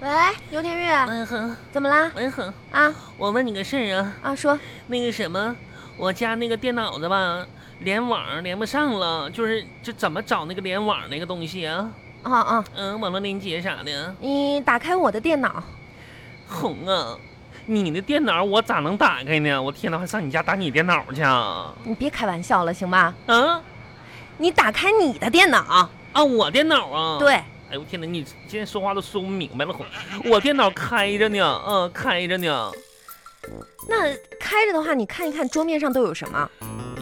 喂，刘天玉，文恒，怎么啦？文恒，啊我问你个事儿啊，啊，说那个什么，我家那个电脑子吧，联网连不上了，就是这怎么找那个联网那个东西啊？啊啊，嗯，网络连接啥的。你打开我的电脑，红啊，你的电脑我咋能打开呢？我天哪，还上你家打你电脑去啊？你别开玩笑了，行吧？啊你打开你的电脑，啊，我电脑啊？。对，哎呦我天哪，你今天说话都说不明白了，红。我电脑开着呢，嗯，开着呢。那开着的话，你看一看桌面上都有什么。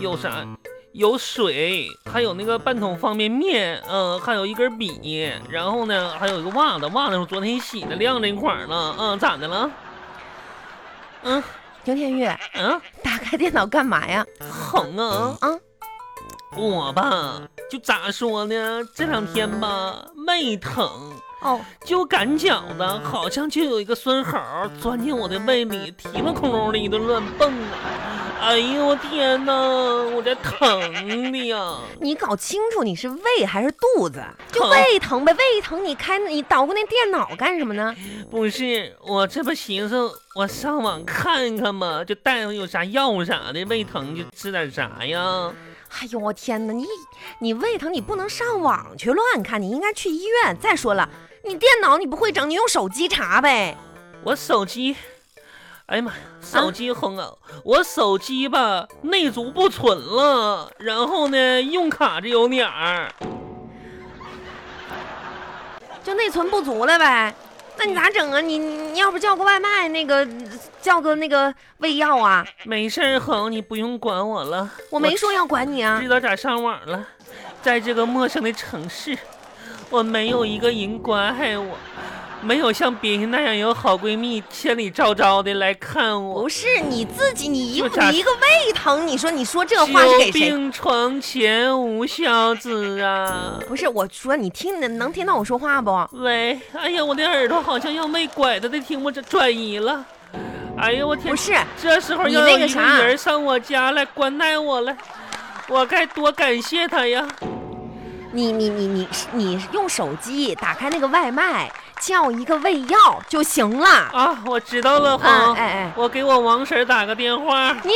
有啥？有水，还有那个半桶方便面，嗯、还有一根笔，然后呢，还有一个袜子，袜子是昨天洗的，晾在一块儿呢，嗯、咋的了？嗯刘天玉，嗯，打开电脑干嘛呀？疼啊！啊，我吧，就咋说呢，这两天吧，没疼，哦，就赶脚的，好像就有一个孙猴钻进我的胃里，提了窟窿的一顿乱蹦啊！哎呦我天哪，我这疼的呀！你搞清楚你是胃还是肚子，就疼胃疼呗，胃疼你开你捣鼓那电脑干什么呢？不是，我这不寻思我上网看看嘛，就大夫有啥药啥的，胃疼就吃点啥呀？哎呦我天哪，你你胃疼你不能上网去乱看，你应该去医院。再说了，你电脑你不会整，你用手机查呗。我手机，哎呀妈，呀，手机红啊！我手机吧内存不存了，然后呢用卡这有点儿，就内存不足了呗。那你咋整啊？你你要不叫个外卖，那个叫个那个胃药啊？没事儿红，你不用管我了，我没说要管你啊知。道咋上网了，在这个陌生的城市，我没有一个人关爱我，没有像别人那样有好闺蜜千里昭昭的来看我不。是你自己，你一就咋你一个胃疼，你说你说这话是给谁？久病床前无孝子啊！不是我说，你听你能听到我说话不？喂，哎呀，我的耳朵好像要被拐的，的听不着，转移了。哎呀，我天不！是，这时候你要那个有一个啥人上我家来关爱我了，我该多感谢他呀！你你你你你用手机打开那个外卖，叫一个胃药就行了。啊，我知道了，红、啊哎哎，我给我王婶儿打个电话，你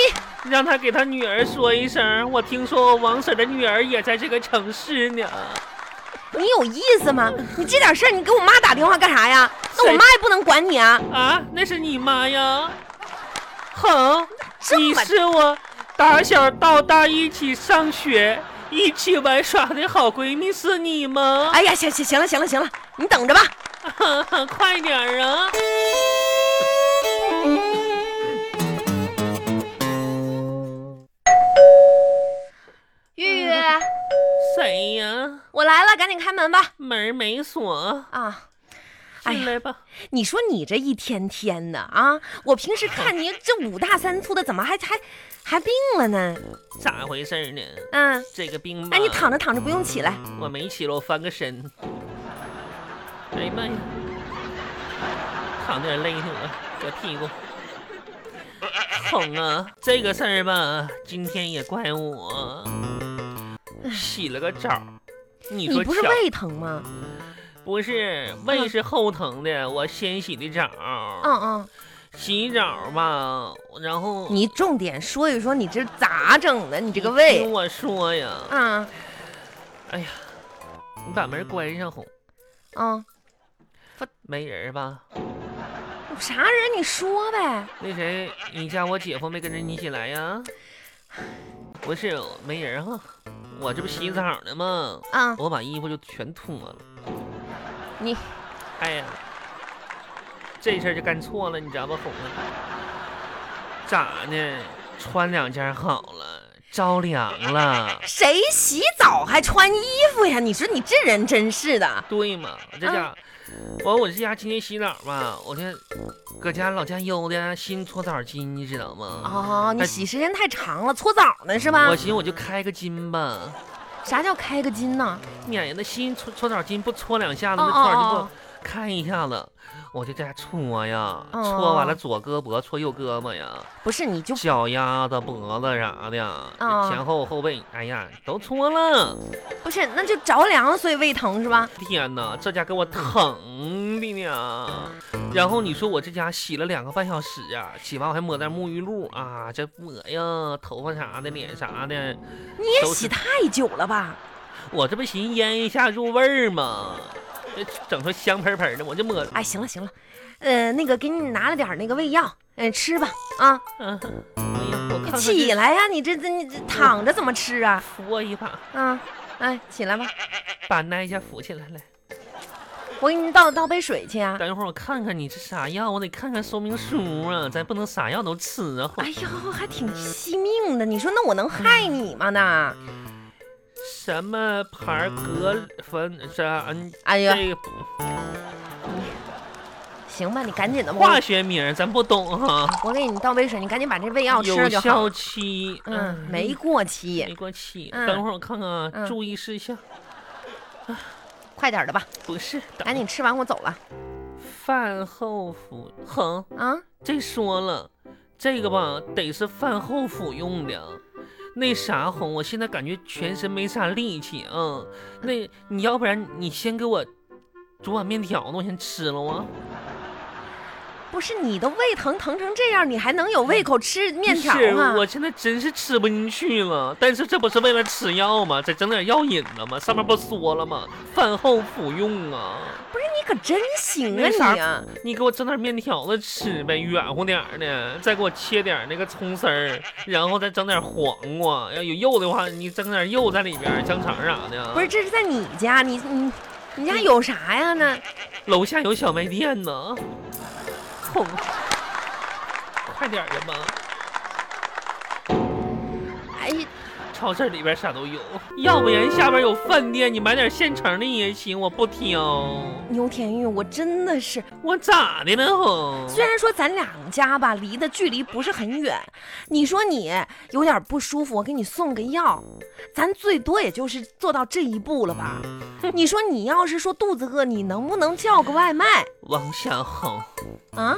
让她给她女儿说一声，我听说我王婶儿的女儿也在这个城市呢。你有意思吗？你这点事儿你给我妈打电话干啥呀？那我谁妈也不能管你啊。啊，那是你妈呀！哼，这你么是我打小到大一起上学、一起玩耍的好闺蜜，是你吗？哎呀，行行行了行了行了，你等着吧。 快点儿啊！玉玉，谁呀？我来了，赶紧开门吧。门儿没锁，啊，哎进呀，来吧。你说你这一天天的啊，我平 时看你这五大三粗的，怎么还还还病了呢？咋回事儿呢？嗯，这个病吧，哎，你躺着躺着不用起来，我没起了，我翻个身。哎呀妈呀，躺点累挺了，这屁股。红啊，这个事儿吧，今天也怪我，洗了个澡儿。你你说不是巧胃疼吗？不是胃是后疼的，我先洗的澡儿。嗯嗯，洗澡吧，然后你重点说一说你这咋整的？你这个听胃，我说呀，嗯你把门关上，红，嗯，没人儿吧？有啥人你说呗。那谁，你家我姐夫没跟着你一起来呀？不是，没人哈、我这不洗澡呢吗？嗯，我把衣服就全脱了。你哎呀，这事儿就干错了，你知道吧，红啊？咋呢？穿两件好了，着凉了，谁洗澡还穿衣服呀？你说你这人真是的，对吗？我这家，完我这家今天洗澡嘛，我这搁家老家悠的，新搓澡巾，你知道吗？哦，你哎洗时间太长了，搓澡呢是吧？我寻思我就开个筋吧。啥叫开个筋呢？免得心搓搓澡巾不搓两下子，哦那搓澡巾哦哦不看一下子，我就在家搓呀，哦搓完了左胳膊搓右胳膊呀，不是你就脚丫子、脖子啥的，哦前后后背，哎呀，都搓了。不是，那就着凉了，所以胃疼是吧？天哪，这家给我疼的呢。然后你说我这家洗了两个半小时啊，洗完我还抹点沐浴露啊，这抹呀，头发啥的，脸啥的，你也都是洗太久了吧？我这不寻腌一下入味儿吗？这整出香喷喷的，我就抹。哎，行了行了，呃，那个给你拿了点儿那个胃药，嗯、吃吧啊，嗯、哎呀，我看看起这来呀、你这这你这躺着怎么吃啊？扶一把，啊，哎，起来吧，把那一下扶起来来。我给你倒倒杯水去啊。等一会儿我看看你这啥药，我得看看说明书啊，咱不能啥药都吃啊。哎呦，还挺惜命的，你说那我能害你吗呢？什么牌儿格芬啥？嗯，哎呀，这个哎行吧，你赶紧的吧，化学名儿咱不懂哈。我我给你倒杯水，你赶紧把这胃哎药吃有了就好。效期，嗯，没没过期，没过期。嗯等会儿我看看啊嗯，注意事项快点儿的吧，不是。赶等紧吃完我走了饭后服，哼，啊。这说了，这个吧得是饭后服用的。那啥红，我现在感觉全身没啥力气啊、嗯。那你要不然你先给我煮碗面条呢，我先吃了啊。不是你都胃疼疼成这样，你还能有胃口吃面条啊是，吗？我现在真是吃不进去了。但是这不是为了吃药吗？这整点药引子吗？上面不说了吗？饭后服用啊。你可真行啊没啥你啊！你给我整点面条子吃呗，软乎点儿的。再给我切点儿那个葱丝儿，然后再整点黄瓜。要有肉的话，你整点肉在里边儿，香肠啥的。不是，这是在你家，你你你家有啥呀呢？楼下有小卖店呢。哄，快点儿的吧，哎，超市里边啥都有。要不然下边有饭店，你买点现成的也行，我不挑。牛田玉，我真的是，我咋的了？吼虽然说咱两家吧离的距离不是很远，你说你有点不舒服，我给你送个药，咱最多也就是做到这一步了吧？嗯你说你要是说肚子饿，你能不能叫个外卖王小红，啊？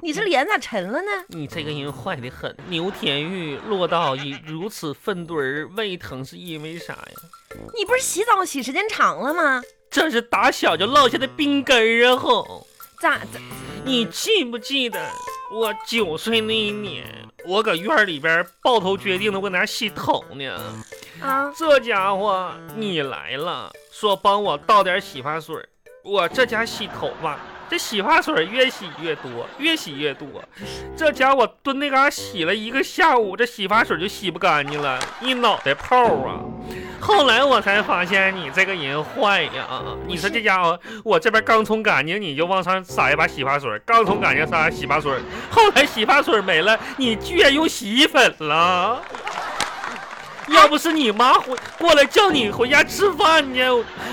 你这脸咋沉了呢？你这个人坏的很。牛田玉落到以如此粪堆儿，胃疼是因为啥呀？你不是洗澡洗时间长了吗？这是打小就落下的病根儿啊！吼，咋咋？你记不记得我九岁那一年，我搁院儿里边抱头决定的，我搁那儿洗头呢。啊，这家伙你来了，说帮我倒点洗发水儿，我这家洗头发，这洗发水儿越洗越多，越洗越多。这家伙蹲那嘎洗了一个下午，这洗发水就洗不干净了，一脑袋泡啊！后来我才发现你这个人坏呀！你说这家伙，我这边刚冲干净，你就往上撒一把洗发水，刚冲干净撒洗发水，后来洗发水没了，你居然用洗衣粉了。要不是你妈回过来叫你回家吃饭去，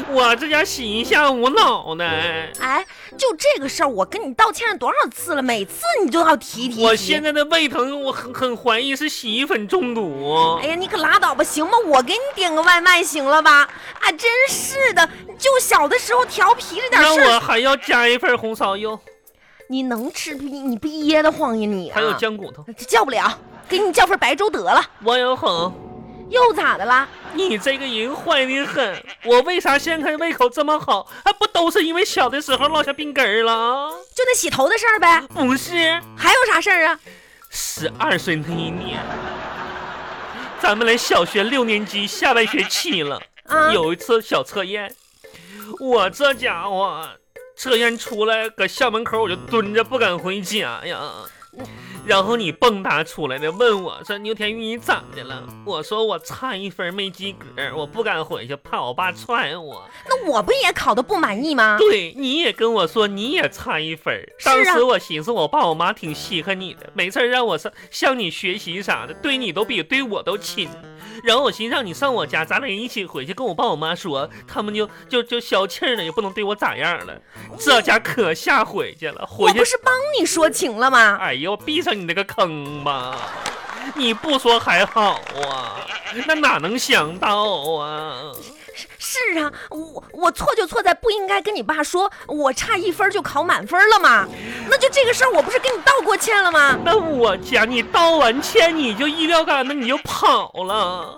我这家洗一下午脑袋。哎，就这个事儿，我跟你道歉了多少次了，每次你都要提提提。我现在的胃疼，我很很怀疑是洗衣粉中毒。哎呀，你可拉倒吧，行吗？我给你点个外卖行了吧？啊，真是的，就小的时候调皮这点那事儿，我还要加一份红烧肉，你能吃不？你憋得慌呀你、啊！还有酱骨头。叫不了，给你叫份白粥得了。王小红，又咋的啦？你这个人坏的很。我为啥现在胃口这么好？还不都是因为小的时候落下病根儿了？啊就那洗头的事儿呗，不是，还有啥事儿啊？十二岁那一年，咱们来小学六年级下半学期了。啊，有一次小测验，我这家伙测验出来，搁校门口我就蹲着不敢回家呀。然后你蹦跶出来的问我说：“牛田玉，你咋的了？”我说：“我差一分没及格，我不敢回去，怕我爸踹我。那我不也考的不满意吗？对，你也跟我说你也差一分。啊是啊当时我寻思，我爸我妈挺稀罕你的，没事儿让我上向你学习啥的，对你都比对我都亲。然后我寻思让你上我家，咱俩一起回去跟我爸我妈说，他们就就就消气儿了，也不能对我咋样了。这家可下回去了，回我去不，是帮你说情了吗？哎呦，闭上你那个坑吧！你不说还好啊，那哪能想到啊？是啊，我我错就错在不应该跟你爸说我差一分就考满分了吗？那就这个事儿，我不是跟你道过歉了吗？那我家你道完歉你就医疗杆子你就跑了，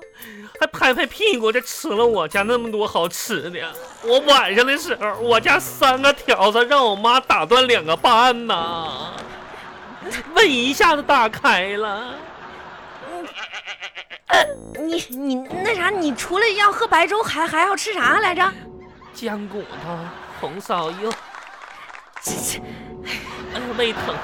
还拍拍屁股，这吃了我家那么多好吃的。我晚上的时候，我家三个条子让我妈打断两个半呐，胃一下子打开了。你你那啥，你除了要喝白粥，还还要吃啥来着？姜骨头、红烧肉，这这，哎呀，胃疼。